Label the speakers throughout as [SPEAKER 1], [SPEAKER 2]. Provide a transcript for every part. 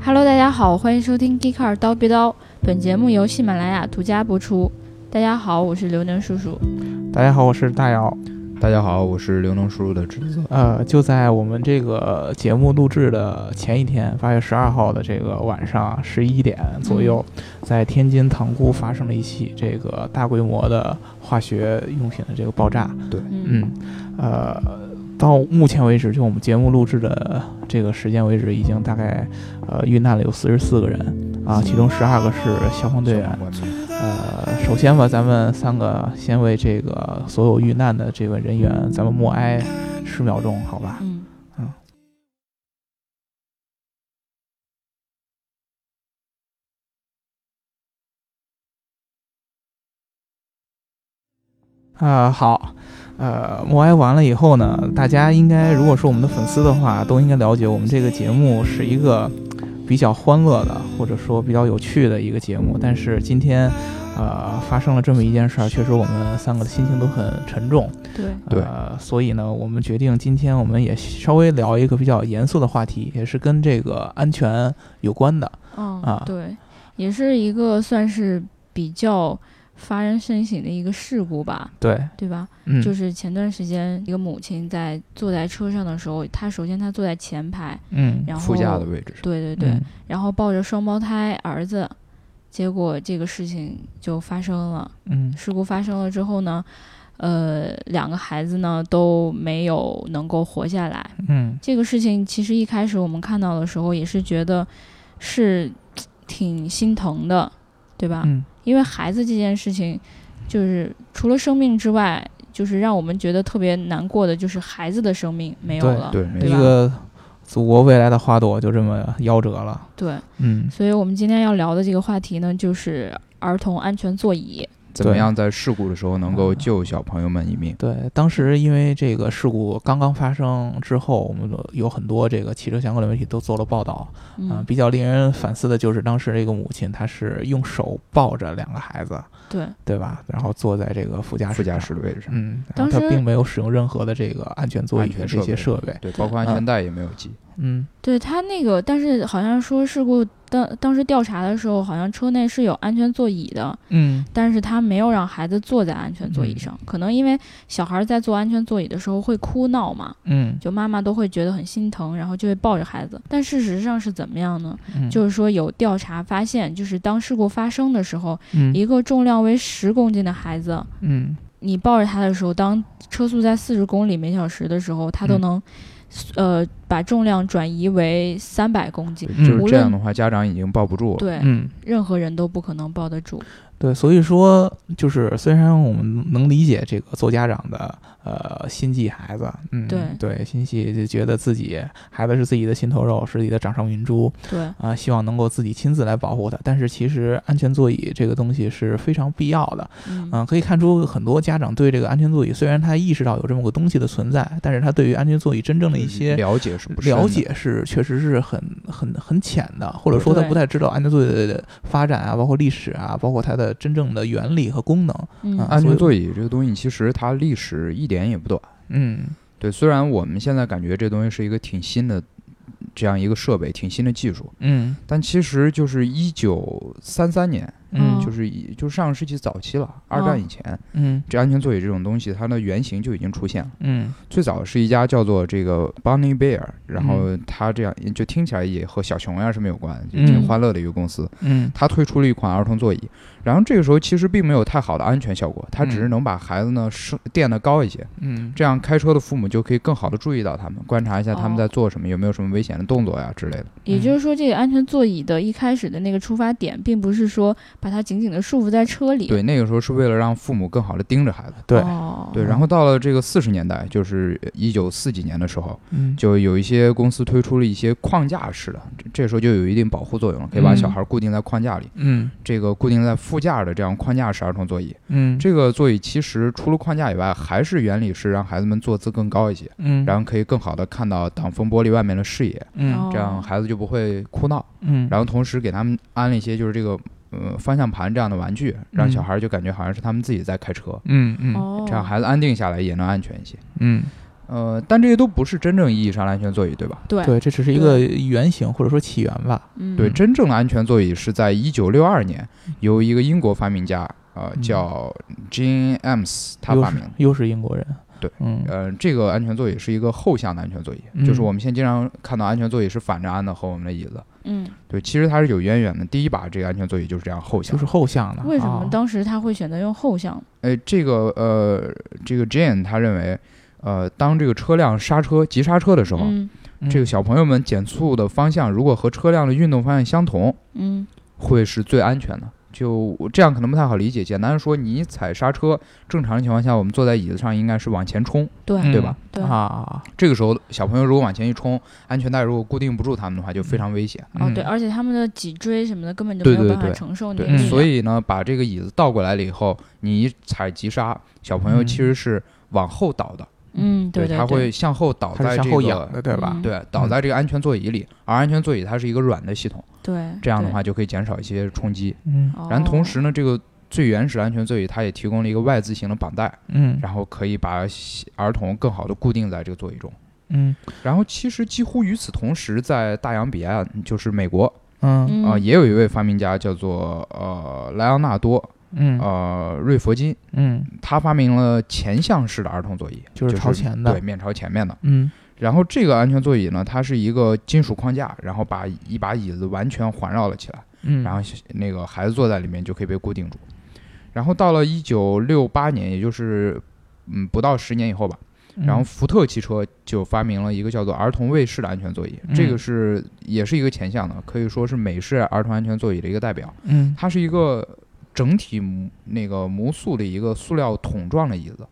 [SPEAKER 1] Hello，大家好，欢迎收听《g e e k a r 刀逼刀》，本节目由喜马拉雅独家播出。大家好，我是刘能叔叔。
[SPEAKER 2] 大家好，我是大姚。
[SPEAKER 3] 大家好，我是刘能叔叔的侄子。
[SPEAKER 2] 呃，就在我们这个节目录制的前一天，八月十二号的这个晚上十一点左右，在天津塘沽发生了一起这个大规模的化学用品的这个爆炸。嗯，呃，到目前为止，就我们节目录制的这个时间为止，已经大概呃遇难了有四十四个人啊，其中十二个是消防队员。啊呃，首先吧，咱们三个先为这个所有遇难的这个人员，咱们默哀十秒钟，好吧？
[SPEAKER 1] 嗯
[SPEAKER 2] 嗯啊、好，呃，默哀完了以后呢，大家应该如果说我们的粉丝的话，都应该了解我们这个节目是一个比较欢乐的，或者说比较有趣的一个节目。但是今天，呃，发生了这么一件事儿，确实我们三个的心情都很沉重。
[SPEAKER 1] 嗯对，
[SPEAKER 3] 对
[SPEAKER 2] 呃，所以呢，我们决定今天我们也稍微聊一个比较严肃的话题，也是跟这个安全有关的。
[SPEAKER 1] 嗯，
[SPEAKER 2] 啊
[SPEAKER 1] 对，也是一个算是比较发人深省的一个事故吧，
[SPEAKER 2] 对，
[SPEAKER 1] 对吧？
[SPEAKER 2] 嗯，
[SPEAKER 1] 就是前段时间一个母亲在坐在车上的时候，她首先她坐在前排，
[SPEAKER 2] 嗯，
[SPEAKER 1] 然后
[SPEAKER 3] 副驾的位置上，
[SPEAKER 1] 对对对，
[SPEAKER 2] 嗯
[SPEAKER 1] 然后抱着双胞胎儿子，结果这个事情就发生了。
[SPEAKER 2] 嗯，
[SPEAKER 1] 事故发生了之后呢，呃，两个孩子呢都没有能够活下来。
[SPEAKER 2] 嗯，
[SPEAKER 1] 这个事情其实一开始我们看到的时候也是觉得是挺心疼的，对吧？
[SPEAKER 2] 嗯，
[SPEAKER 1] 因为孩子这件事情，就是除了生命之外，就是让我们觉得特别难过的，就是孩子的生命没有
[SPEAKER 2] 对
[SPEAKER 1] 了，
[SPEAKER 3] 对没
[SPEAKER 1] 对
[SPEAKER 2] 一
[SPEAKER 1] 吧
[SPEAKER 2] 个祖国未来的花朵就这么夭折了。
[SPEAKER 1] 对
[SPEAKER 2] 嗯，
[SPEAKER 1] 所以我们今天要聊的这个话题呢，就是儿童安全座椅。
[SPEAKER 3] 怎么
[SPEAKER 2] 对
[SPEAKER 3] 样在事故的时候能够救小朋友们一命？
[SPEAKER 2] 对，当时因为这个事故刚刚发生之后，我们有很多这个汽车相关的媒体都做了报道。
[SPEAKER 1] 嗯，
[SPEAKER 2] 啊比较令人反思的就是当时这个母亲，她是用手抱着两个孩子，
[SPEAKER 1] 对，
[SPEAKER 2] 对吧？然后坐在这个副驾驶
[SPEAKER 3] 副驾
[SPEAKER 2] 上
[SPEAKER 3] 驶的位置上，
[SPEAKER 2] 嗯，然后
[SPEAKER 1] 当
[SPEAKER 2] 他
[SPEAKER 1] 时
[SPEAKER 2] 并没有使用任何的这个安全座椅
[SPEAKER 3] 安全
[SPEAKER 2] 的
[SPEAKER 3] 设
[SPEAKER 2] 这些
[SPEAKER 3] 备
[SPEAKER 2] 设备。
[SPEAKER 3] 对，包括安全带也没有系。
[SPEAKER 2] 嗯，
[SPEAKER 1] 对他那个，但是好像说事故当当时调查的时候，好像车内是有安全座椅的，
[SPEAKER 2] 嗯，
[SPEAKER 1] 但是他没有让孩子坐在安全座椅上，可能因为小孩在坐安全座椅的时候会哭闹嘛，
[SPEAKER 2] 嗯，
[SPEAKER 1] 就妈妈都会觉得很心疼，然后就会抱着孩子。但事实上是怎么样呢？
[SPEAKER 2] 嗯
[SPEAKER 1] 就是说有调查发现，就是当事故发生的时候，
[SPEAKER 2] 嗯
[SPEAKER 1] 一个重量为十公斤的孩子，
[SPEAKER 2] 嗯
[SPEAKER 1] 你抱着他的时候，当车速在四十公里每小时的时候，他都
[SPEAKER 2] 嗯
[SPEAKER 1] 能，呃，把重量转移为三百公斤。
[SPEAKER 2] 嗯
[SPEAKER 3] 就是
[SPEAKER 1] 无
[SPEAKER 3] 这样
[SPEAKER 1] 论
[SPEAKER 3] 的话，家长已经抱不住了。
[SPEAKER 1] 对，
[SPEAKER 2] 嗯，
[SPEAKER 1] 任何人都不可能抱得住。
[SPEAKER 2] 对，所以说就是虽然我们能理解这个做家长的呃心系孩子，嗯，
[SPEAKER 1] 对
[SPEAKER 2] 对，心系就觉得自己孩子是自己的心头肉，是自己的掌上明珠
[SPEAKER 1] 对，
[SPEAKER 2] 啊、希望能够自己亲自来保护他。但是其实安全座椅这个东西是非常必要的，
[SPEAKER 1] 嗯，
[SPEAKER 3] 啊
[SPEAKER 2] 嗯，可以看出很多家长对这个安全座椅，虽然他意识到有这么个东西的存在，但是他对于安全座椅真正
[SPEAKER 1] 嗯
[SPEAKER 2] 的一些
[SPEAKER 3] 了解是不深的
[SPEAKER 2] 嗯了，解是确实是很很很浅的，或者说他
[SPEAKER 1] 对
[SPEAKER 2] 不太知道安全座椅的发展啊，包括历史啊，包括它的真正的原理和功能。
[SPEAKER 1] 嗯
[SPEAKER 2] 啊
[SPEAKER 3] 安
[SPEAKER 2] 所
[SPEAKER 3] 全
[SPEAKER 2] 以
[SPEAKER 3] 座椅这个东西其实它历史一点也不短。
[SPEAKER 2] 嗯
[SPEAKER 3] 对，虽然我们现在感觉这东西是一个挺新的这样一个设备，挺新的技术，
[SPEAKER 2] 嗯
[SPEAKER 3] 但其实就是一九三三年，
[SPEAKER 2] 嗯
[SPEAKER 1] 嗯
[SPEAKER 3] 就是一就上个世纪早期了，二战以前，
[SPEAKER 2] 嗯
[SPEAKER 3] 这安全座椅这种东西，它的原型就已经出现了。
[SPEAKER 2] 嗯
[SPEAKER 3] 最早是一家叫做这个 Bonnie Bear，然后它这样就听起来也和小熊呀是没有关，就
[SPEAKER 2] 嗯
[SPEAKER 3] 挺欢乐的一个公司。
[SPEAKER 2] 嗯
[SPEAKER 3] 它推出了一款儿童座椅，然后这个时候其实并没有太好的安全效果，它只是
[SPEAKER 2] 嗯
[SPEAKER 3] 能把孩子呢是垫得高一些，
[SPEAKER 2] 嗯，
[SPEAKER 3] 这样开车的父母就可以更好的注意到他们，观察一下他们
[SPEAKER 1] 哦
[SPEAKER 3] 在做什么，有没有什么危险的动作呀之类的。
[SPEAKER 1] 也就是说，这个安全座椅的一开始的那个出发点，并不是说把它紧紧的束缚在车里。
[SPEAKER 3] 对，那个时候是为了让父母更好的盯着孩子。
[SPEAKER 2] 对，
[SPEAKER 1] 哦、
[SPEAKER 3] 对，然后到了这个四十年代，就是一九四几年的时候，
[SPEAKER 2] 嗯
[SPEAKER 3] 就有一些公司推出了一些框架式的，这这时候就有一定保护作用了，可以把
[SPEAKER 2] 嗯
[SPEAKER 3] 小孩固定在框架里。
[SPEAKER 2] 嗯
[SPEAKER 3] 这个固定在副驾的这样框架式儿童座椅，
[SPEAKER 2] 嗯
[SPEAKER 3] 这个座椅其实除了框架以外，还是原理是让孩子们坐姿更高一些，
[SPEAKER 2] 嗯，
[SPEAKER 3] 然后可以更好的看到挡风玻璃外面的视野，
[SPEAKER 2] 嗯
[SPEAKER 1] 哦
[SPEAKER 3] 这样孩子就不会哭闹。
[SPEAKER 2] 嗯，
[SPEAKER 3] 然后同时给他们安了一些就是这个呃方向盘这样的玩具，
[SPEAKER 2] 嗯
[SPEAKER 3] 让小孩就感觉好像是他们自己在开车，
[SPEAKER 2] 嗯嗯
[SPEAKER 1] 哦，
[SPEAKER 3] 这样孩子安定下来也能安全一些。
[SPEAKER 2] 嗯
[SPEAKER 3] 呃，但这些都不是真正意义上的安全座椅，对吧？
[SPEAKER 1] 对
[SPEAKER 2] 对，这只是一个原型或者说起源吧。
[SPEAKER 1] 嗯
[SPEAKER 3] 对，真正的安全座椅是在一九六二年由一个英国发明家，呃，
[SPEAKER 2] 嗯
[SPEAKER 3] 叫 Jean Ames 他
[SPEAKER 2] 又
[SPEAKER 3] 发
[SPEAKER 2] 是
[SPEAKER 3] 明的。
[SPEAKER 2] 又是英国人，
[SPEAKER 3] 对，
[SPEAKER 2] 嗯，
[SPEAKER 3] 呃，这个安全座椅是一个后向的安全座椅，
[SPEAKER 2] 嗯
[SPEAKER 3] 就是我们现在经常看到安全座椅是反着安的和我们的椅子。
[SPEAKER 1] 嗯，
[SPEAKER 3] 对，其实它是有渊源的。第一把这个安全座椅就是这样后向
[SPEAKER 2] 就。是后向的。
[SPEAKER 1] 为什么
[SPEAKER 2] 啊
[SPEAKER 1] 当时他会选择用后向？
[SPEAKER 3] 哎，这个呃，这个 Jane 他认为，呃，当这个车辆刹车急刹车的时候，
[SPEAKER 1] 嗯
[SPEAKER 3] 这个小朋友们减速的方向如果和车辆的运动方向相同，
[SPEAKER 1] 嗯
[SPEAKER 3] 会是最安全的。就这样可能不太好理解，简单说，你踩刹车，正常的情况下，我们坐在椅子上应该是往前冲。
[SPEAKER 1] 对
[SPEAKER 2] 嗯
[SPEAKER 3] 对吧
[SPEAKER 1] 对
[SPEAKER 2] 啊，
[SPEAKER 3] 这个时候，小朋友如果往前一冲，安全带如果固定不住他们的话，就非常危险。
[SPEAKER 1] 哦
[SPEAKER 2] 嗯
[SPEAKER 1] 对，而且他们的脊椎什么的根本就
[SPEAKER 3] 对
[SPEAKER 1] 没有
[SPEAKER 3] 对
[SPEAKER 1] 办法
[SPEAKER 3] 对
[SPEAKER 1] 承受那个
[SPEAKER 3] 对，嗯
[SPEAKER 1] 力量，
[SPEAKER 3] 所以呢，把这个椅子倒过来了以后，你一踩急刹，小朋友
[SPEAKER 2] 嗯
[SPEAKER 3] 其实是往后倒的，
[SPEAKER 1] 嗯对
[SPEAKER 3] 他
[SPEAKER 1] 对
[SPEAKER 3] 会向后倒
[SPEAKER 2] 它
[SPEAKER 3] 在
[SPEAKER 2] 是
[SPEAKER 3] 这
[SPEAKER 2] 向
[SPEAKER 3] 个
[SPEAKER 2] 后仰的，对吧
[SPEAKER 1] 嗯？
[SPEAKER 3] 对，倒在这个安全座椅里，而安全座椅它是一个软的系统，
[SPEAKER 1] 对
[SPEAKER 3] 这样的话，就可以减少一些冲击。
[SPEAKER 2] 嗯
[SPEAKER 1] 对
[SPEAKER 3] 然后同
[SPEAKER 1] 哦
[SPEAKER 3] 时呢，这个最原始的安全座椅它也提供了一个 Y 字形的绑带，
[SPEAKER 2] 嗯
[SPEAKER 3] 然后可以把儿童更好的固定在这个座椅中。
[SPEAKER 2] 嗯
[SPEAKER 3] 然后其实几乎与此同时，在大洋彼岸，就是美国
[SPEAKER 2] 嗯
[SPEAKER 1] 嗯
[SPEAKER 3] 啊、呃也有一位发明家叫做呃莱昂纳多
[SPEAKER 2] 嗯
[SPEAKER 3] 呃瑞佛金，
[SPEAKER 2] 嗯，
[SPEAKER 3] 他发明了前向式的儿童座椅，
[SPEAKER 2] 就
[SPEAKER 3] 就是是
[SPEAKER 2] 朝前的
[SPEAKER 3] 对，面朝前面的。
[SPEAKER 2] 嗯
[SPEAKER 3] 然后这个安全座椅呢，它是一个金属框架，然后把一把椅子完全环绕了起来，
[SPEAKER 2] 嗯，
[SPEAKER 3] 然后那个孩子坐在里面就可以被固定住。然后到了一九六八年，也就是嗯不到十年以后吧，然后
[SPEAKER 2] 嗯
[SPEAKER 3] 福特汽车就发明了一个叫做儿童卫士的安全座椅，
[SPEAKER 2] 嗯
[SPEAKER 3] 这个是也是一个前向的，可以说是美式儿童安全座椅的一个代表。
[SPEAKER 2] 嗯
[SPEAKER 3] 它是一个整体模那个模塑的一个塑料桶状的椅子，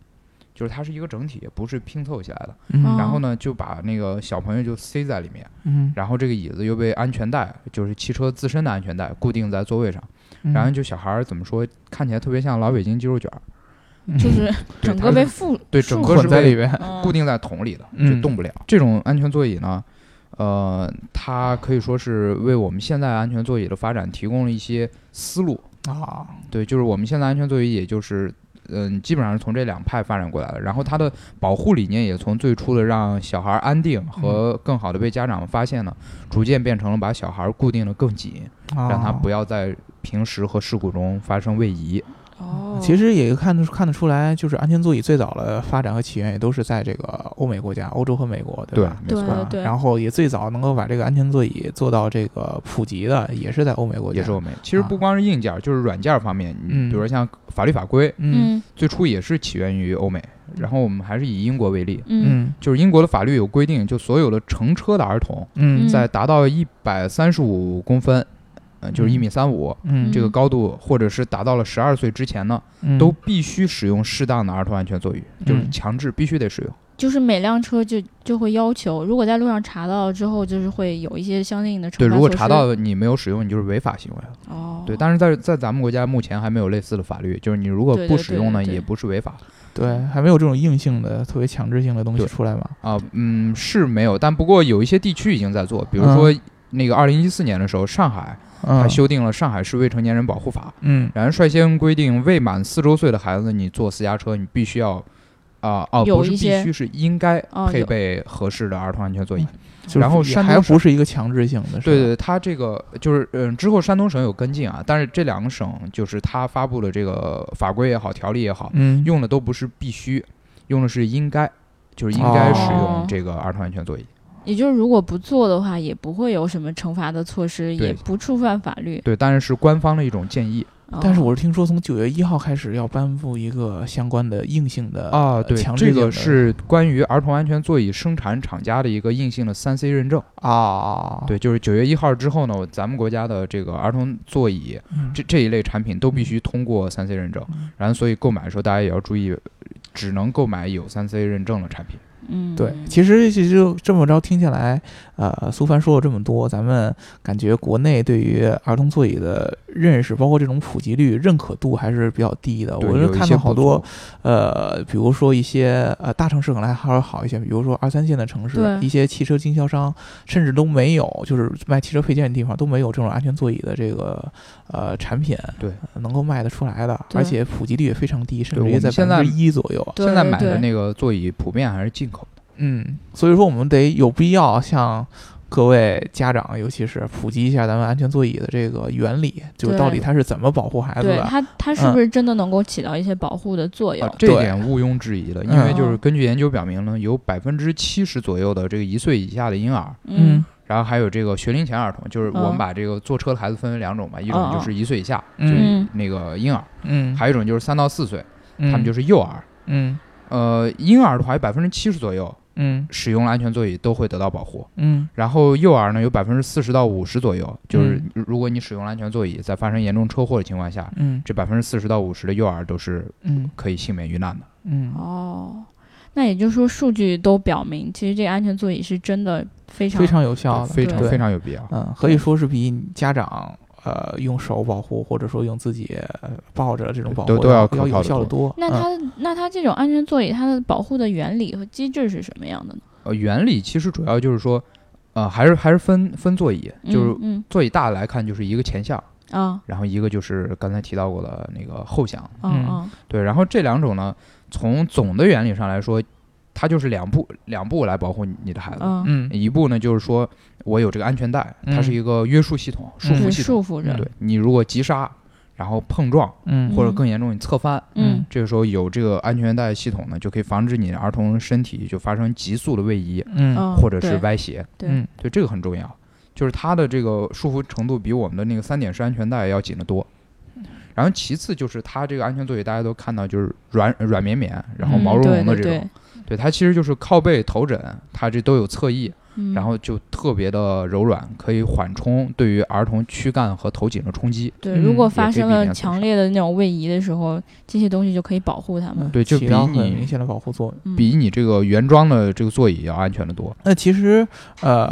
[SPEAKER 3] 就是它是一个整体，不是拼凑起来的。
[SPEAKER 2] 嗯
[SPEAKER 1] 哦
[SPEAKER 3] 然后呢，就把那个小朋友就塞在里面，
[SPEAKER 2] 嗯，
[SPEAKER 3] 然后这个椅子又被安全带，就是汽车自身的安全带固定在座位上，
[SPEAKER 2] 嗯
[SPEAKER 3] 然后就小孩儿怎么说，看起来特别像老北京鸡肉卷儿，
[SPEAKER 1] 嗯
[SPEAKER 2] 嗯
[SPEAKER 1] 就是整
[SPEAKER 3] 它
[SPEAKER 1] 个
[SPEAKER 3] 是
[SPEAKER 1] 被附
[SPEAKER 3] 嗯对
[SPEAKER 1] 束
[SPEAKER 3] 整个
[SPEAKER 1] 缚
[SPEAKER 3] 是
[SPEAKER 2] 混在
[SPEAKER 3] 被
[SPEAKER 2] 里边，
[SPEAKER 1] 嗯
[SPEAKER 3] 固定在桶里的，
[SPEAKER 2] 嗯
[SPEAKER 3] 就动不了。这种安全座椅呢，呃，它可以说是为我们现在安全座椅的发展提供了一些思路。
[SPEAKER 2] 啊，
[SPEAKER 3] 对，就是我们现在安全座椅，也就是嗯，基本上是从这两派发展过来的。然后它的保护理念也从最初的让小孩安定和更好的被家长发现呢，逐渐变成了把小孩固定的更紧，让他不
[SPEAKER 2] 要。
[SPEAKER 3] 要在平时和事故中发生位移。
[SPEAKER 1] 哦，
[SPEAKER 2] 其实也看得看得出来，就是安全座椅最早的发展和起源也都是在这个欧美国家、欧洲和美国，
[SPEAKER 3] 对
[SPEAKER 2] 吧？，
[SPEAKER 3] 没
[SPEAKER 1] 对
[SPEAKER 3] 错，
[SPEAKER 2] 啊
[SPEAKER 1] 对
[SPEAKER 2] 然后也最早能够把这个安全座椅做到这个普及的，也是在欧美国家。
[SPEAKER 3] 也是我们。其实不光是硬件儿，就是软件儿方面，
[SPEAKER 2] 嗯
[SPEAKER 3] 你比如说像法律法规，
[SPEAKER 2] 嗯
[SPEAKER 1] 嗯
[SPEAKER 3] 最初也是起源于欧美。然后我们还是以英国为例，
[SPEAKER 1] 嗯
[SPEAKER 2] 嗯
[SPEAKER 3] 就是英国的法律有规定，就所有的乘车的儿童
[SPEAKER 2] 嗯
[SPEAKER 3] 在达到一百三十五公分，嗯、就是一米三五
[SPEAKER 2] 嗯
[SPEAKER 3] 这个高度，或者是达到了十二岁之前呢，
[SPEAKER 2] 嗯
[SPEAKER 3] 都必须使用适当的儿童安全座椅，就是
[SPEAKER 2] 嗯
[SPEAKER 3] 强制必须得使用。
[SPEAKER 1] 就是每辆车就就会要求，如果在路上查到之后，就是会有一些相应的惩罚
[SPEAKER 3] 对，如果
[SPEAKER 1] 措
[SPEAKER 3] 查
[SPEAKER 1] 施
[SPEAKER 3] 到你没有使用，你就是违法行为了。
[SPEAKER 1] 哦，
[SPEAKER 3] 对，但是在在咱们国家目前还没有类似的法律，就是你如果
[SPEAKER 1] 对
[SPEAKER 3] 不
[SPEAKER 1] 对
[SPEAKER 3] 使
[SPEAKER 1] 对
[SPEAKER 3] 用呢，
[SPEAKER 1] 对对
[SPEAKER 3] 也不是违法
[SPEAKER 2] 对，还没有这种硬性的、特别强制性的东西
[SPEAKER 3] 对
[SPEAKER 2] 出来嘛。
[SPEAKER 3] 啊。嗯，是没有，但不过有一些地区已经在做，比如说
[SPEAKER 1] 嗯
[SPEAKER 3] 那个二零一四年的时候，上海它
[SPEAKER 2] 嗯，
[SPEAKER 3] 修订了《上海市未成年人保护法》，
[SPEAKER 2] 嗯
[SPEAKER 3] 然后率先规定，未满四周岁的孩子，你坐私家车，你必须要。啊、哦，
[SPEAKER 1] 有
[SPEAKER 3] 不
[SPEAKER 1] 一
[SPEAKER 3] 是必
[SPEAKER 1] 些
[SPEAKER 3] 须是应该
[SPEAKER 1] 哦
[SPEAKER 3] 配
[SPEAKER 1] 有嗯
[SPEAKER 3] 备合适的儿童安全座椅。
[SPEAKER 2] 就是
[SPEAKER 3] 然后
[SPEAKER 2] 也
[SPEAKER 3] 山
[SPEAKER 2] 还
[SPEAKER 3] 东省
[SPEAKER 2] 不是一个强制性的，是
[SPEAKER 3] 对对
[SPEAKER 2] 吧，
[SPEAKER 3] 对，它这个就是嗯，之后山东省有跟进啊，但是这两个省就是它发布了这个法规也好，条例也好，
[SPEAKER 2] 嗯，
[SPEAKER 3] 用的都不是必须，用的是应该，就是应该使
[SPEAKER 1] 哦
[SPEAKER 3] 用这个儿童安全座椅。
[SPEAKER 1] 也就是如果不做的话，也不会有什么惩罚的措施，
[SPEAKER 3] 对
[SPEAKER 1] 也不触犯法律。
[SPEAKER 3] 对，但是是官方的一种建议
[SPEAKER 1] 哦
[SPEAKER 2] 但是我是听说从九月一号开始要颁布一个相关的硬性的呃
[SPEAKER 3] 对
[SPEAKER 2] 强，制
[SPEAKER 3] 这
[SPEAKER 2] 性的
[SPEAKER 3] 个是关于儿童安全座椅生产厂家的一个硬性的三 C 认证。
[SPEAKER 2] 啊，
[SPEAKER 3] 对，就是九月一号之后呢，咱们国家的这个儿童座椅
[SPEAKER 2] 嗯，
[SPEAKER 3] 这这一类产品都必须通过三 C 认证，然后所以购买的时候大家也要注意，只能购买有三 C 认证的产品。
[SPEAKER 1] 嗯，
[SPEAKER 2] 对，其实其实就这么着听下来，呃，苏凡说了这么多，咱们感觉国内对于儿童座椅的认识，包括这种普及率、认可度还是比较低的。
[SPEAKER 3] 对
[SPEAKER 2] 我是
[SPEAKER 3] 有一
[SPEAKER 2] 看
[SPEAKER 3] 些
[SPEAKER 2] 到好
[SPEAKER 3] 不
[SPEAKER 2] 多
[SPEAKER 3] 足，
[SPEAKER 2] 呃，比如说一些呃大城市可能还还会好一些，比如说二三线的城市
[SPEAKER 1] 对，
[SPEAKER 2] 一些汽车经销商甚至都没有，就是卖汽车配件的地方都没有这种安全座椅的这个呃产品，
[SPEAKER 3] 对
[SPEAKER 2] 呃，能够卖得出来的，
[SPEAKER 1] 对
[SPEAKER 2] 而且普及率也非常低，甚至
[SPEAKER 3] 对我
[SPEAKER 2] 于
[SPEAKER 3] 们
[SPEAKER 2] 在
[SPEAKER 3] 现
[SPEAKER 2] 百
[SPEAKER 3] 在
[SPEAKER 2] 分之一左右。
[SPEAKER 1] 对
[SPEAKER 3] 现在买的
[SPEAKER 1] 对
[SPEAKER 3] 那个座椅普遍还是进口的，
[SPEAKER 2] 嗯，所以说我们得有必要向各位家长，尤其是普及一下咱们安全座椅的这个原理，就是
[SPEAKER 1] 对
[SPEAKER 2] 到底它是怎么保护
[SPEAKER 3] 啊
[SPEAKER 2] 孩子
[SPEAKER 1] 对
[SPEAKER 2] 的。
[SPEAKER 1] 它它是不是真的能够起到一些保护的作用？
[SPEAKER 3] 啊，这一点毋庸置疑的，因为
[SPEAKER 2] 嗯
[SPEAKER 3] 就是根据研究表明呢，有百分之七十左右的这个一岁以下的婴儿，
[SPEAKER 1] 嗯
[SPEAKER 3] 然后还有这个学龄前儿童，就是我们
[SPEAKER 1] 嗯
[SPEAKER 3] 把这个坐车的孩子分为两种吧，一种
[SPEAKER 1] 嗯嗯
[SPEAKER 3] 就是一岁以下，
[SPEAKER 2] 哦嗯
[SPEAKER 3] 就是那个婴儿，
[SPEAKER 2] 嗯，
[SPEAKER 3] 还有一种就是三到四岁，
[SPEAKER 2] 他
[SPEAKER 3] 他们就是幼儿。
[SPEAKER 2] 嗯
[SPEAKER 3] 呃，婴儿的话有百分之七十左右
[SPEAKER 2] 嗯
[SPEAKER 3] 使用了安全座椅都会得到保护，
[SPEAKER 2] 嗯
[SPEAKER 3] 然后幼儿呢有百分之四十到五十左右，就是
[SPEAKER 2] 嗯
[SPEAKER 3] 如果你使用了安全座椅，在发生严重车祸的情况下，
[SPEAKER 2] 嗯
[SPEAKER 3] 这百分之四十到五十的幼儿都是
[SPEAKER 2] 嗯
[SPEAKER 3] 可以幸免于难的。
[SPEAKER 2] 嗯，
[SPEAKER 1] 哦，那也就是说，数据都表明，其实这个安全座椅是真的非常
[SPEAKER 2] 非常有效的，
[SPEAKER 3] 非常
[SPEAKER 2] 对
[SPEAKER 3] 非常有必要。
[SPEAKER 2] 嗯，可以说是比家长。呃，用手保护，或者说用自己呃抱着这种保护，
[SPEAKER 3] 都都要可
[SPEAKER 2] 要
[SPEAKER 3] 靠
[SPEAKER 2] 有
[SPEAKER 3] 得
[SPEAKER 2] 效的多。
[SPEAKER 1] 那
[SPEAKER 2] 嗯
[SPEAKER 1] 它、那它这种安全座椅，它的保护的原理和机制是什么样的呢？
[SPEAKER 3] 呃，原理其实主要就是说，呃，还是还是分分座椅，就是
[SPEAKER 1] 嗯
[SPEAKER 3] 座椅大的来看就是一个前向，
[SPEAKER 1] 嗯啊
[SPEAKER 3] 然后一个就是刚才提到过的那个后向，
[SPEAKER 1] 啊
[SPEAKER 2] 嗯
[SPEAKER 1] 啊
[SPEAKER 3] 对，然后这两种呢，从总的原理上来说，它就是两步两步来保护你的孩子，
[SPEAKER 1] 啊，
[SPEAKER 2] 嗯
[SPEAKER 3] 一步呢就是说我有这个安全带，它是
[SPEAKER 2] 嗯
[SPEAKER 3] 一个约束系统、
[SPEAKER 2] 嗯
[SPEAKER 3] 束
[SPEAKER 1] 对
[SPEAKER 3] 缚系统，
[SPEAKER 1] 束缚着，
[SPEAKER 3] 对你如果急刹，然后碰撞
[SPEAKER 2] 嗯
[SPEAKER 3] 或者更严重你侧翻，
[SPEAKER 1] 嗯
[SPEAKER 3] 这个时候有这个安全带系统呢，就可以防止你的儿童身体就发生急速的位移，
[SPEAKER 2] 嗯
[SPEAKER 1] 嗯
[SPEAKER 3] 或者是
[SPEAKER 1] 对
[SPEAKER 3] 歪斜。
[SPEAKER 1] 对
[SPEAKER 2] 嗯
[SPEAKER 3] 对，这个很重要，就是它的这个束缚程度比我们的那个三点式安全带要紧得多。
[SPEAKER 1] 嗯
[SPEAKER 3] 然后其次就是它这个安全座椅，大家都看到就是软软绵绵，然后
[SPEAKER 1] 嗯
[SPEAKER 3] 毛茸茸的这
[SPEAKER 1] 对
[SPEAKER 3] 种，
[SPEAKER 1] 对对
[SPEAKER 3] 对它其实就是靠背、头枕，它这都有侧翼，
[SPEAKER 1] 嗯
[SPEAKER 3] 然后就特别的柔软，可以缓冲对于儿童躯干和头颈的冲击。
[SPEAKER 1] 对，
[SPEAKER 2] 嗯
[SPEAKER 1] 如果
[SPEAKER 3] 也
[SPEAKER 1] 发
[SPEAKER 3] 可以
[SPEAKER 1] 生
[SPEAKER 3] 避免
[SPEAKER 1] 了
[SPEAKER 3] 损
[SPEAKER 1] 强
[SPEAKER 3] 伤
[SPEAKER 1] 烈的那种位移的时候，这些东西就可以保护他们。
[SPEAKER 2] 嗯
[SPEAKER 3] 对就
[SPEAKER 2] 起
[SPEAKER 3] 比
[SPEAKER 2] 到很
[SPEAKER 3] 你
[SPEAKER 2] 明显的保护作用。
[SPEAKER 1] 嗯
[SPEAKER 3] 比你这个原装的这个座椅要安全得多。
[SPEAKER 2] 那其实呃，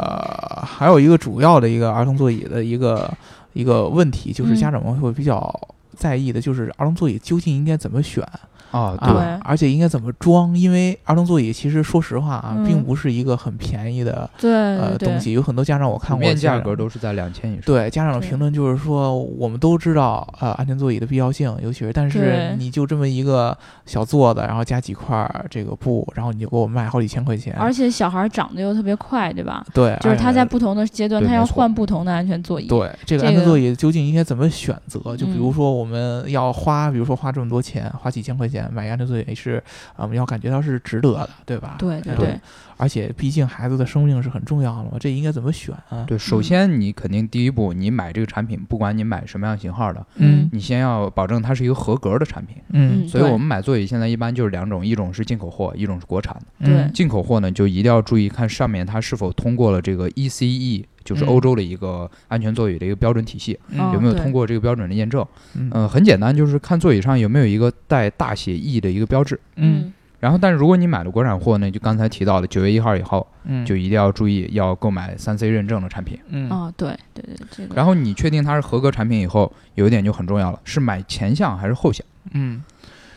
[SPEAKER 2] 还有一个主要的一个儿童座椅的一个一个问题，就是
[SPEAKER 1] 嗯
[SPEAKER 2] 家长们会比较在意的，就是儿童座椅究竟应该怎么选
[SPEAKER 3] 啊，对，
[SPEAKER 1] 对
[SPEAKER 2] 啊，而且应该怎么装，因为儿童座椅其实说实话啊
[SPEAKER 1] 嗯，
[SPEAKER 2] 并不是一个很便宜的
[SPEAKER 1] 对
[SPEAKER 2] 呃
[SPEAKER 1] 对对
[SPEAKER 2] 东西，有很多家长我
[SPEAKER 3] 普
[SPEAKER 2] 看过
[SPEAKER 3] 遍价
[SPEAKER 2] 家长
[SPEAKER 3] 格都是在两千以上。
[SPEAKER 2] 对家长的
[SPEAKER 1] 对
[SPEAKER 2] 评论就是说，我们都知道呃安全座椅的必要性，尤其是但是
[SPEAKER 1] 对
[SPEAKER 2] 你就这么一个小座子，然后加几块儿这个布，然后你就给我卖好几千块钱，
[SPEAKER 1] 而且小孩长得又特别快，对吧？
[SPEAKER 2] 对，
[SPEAKER 1] 就是他
[SPEAKER 2] 而且
[SPEAKER 1] 在不同的阶段，
[SPEAKER 3] 哎对
[SPEAKER 1] 他
[SPEAKER 3] 没
[SPEAKER 1] 要
[SPEAKER 3] 错
[SPEAKER 1] 换不同的安全座椅。
[SPEAKER 2] 对这个
[SPEAKER 1] 这
[SPEAKER 2] 安全
[SPEAKER 1] 个
[SPEAKER 2] 座椅究竟应该怎么选择？就比如
[SPEAKER 1] 嗯
[SPEAKER 2] 说我们要花，比如说花这么多钱，花几千块钱买一个安全座椅是，啊我们要感觉到是值得的，对吧？
[SPEAKER 1] 对对
[SPEAKER 2] 嗯
[SPEAKER 1] 对，
[SPEAKER 2] 而且毕竟孩子的生命是很重要的嘛，这应该怎么选啊？
[SPEAKER 3] 对，首
[SPEAKER 1] 嗯
[SPEAKER 3] 先你肯定第一步，你买这个产品，不管你买什么样型号的，
[SPEAKER 2] 嗯
[SPEAKER 3] 你先要保证它是一个合格的产品。
[SPEAKER 2] 嗯
[SPEAKER 3] 所以
[SPEAKER 1] 对
[SPEAKER 3] 我们买座椅现在一般就是两种，一种是进口货，一种是国产的。
[SPEAKER 1] 对
[SPEAKER 2] 嗯
[SPEAKER 3] 进口货呢，就一定要注意看上面它是否通过了这个 ECE，就是
[SPEAKER 2] 嗯
[SPEAKER 3] 欧洲的一个安全座椅的一个标准体系，
[SPEAKER 1] 嗯
[SPEAKER 3] 有没有
[SPEAKER 1] 对
[SPEAKER 3] 通过这个标准的验证？
[SPEAKER 2] 嗯
[SPEAKER 3] 嗯、很简单，就是看座椅上有没有一个带大写 E 的一个标志。
[SPEAKER 2] 嗯
[SPEAKER 3] 然后，但是如果你买了国产货呢，就刚才提到的九月一号以后，
[SPEAKER 2] 嗯
[SPEAKER 3] 就一定要注意要购买三 C 认证的产品。
[SPEAKER 2] 嗯
[SPEAKER 1] 啊、哦，对对对，这个
[SPEAKER 3] 然后你确定它是合格产品以后，有一点就很重要了，是买前项还是后项？
[SPEAKER 2] 嗯，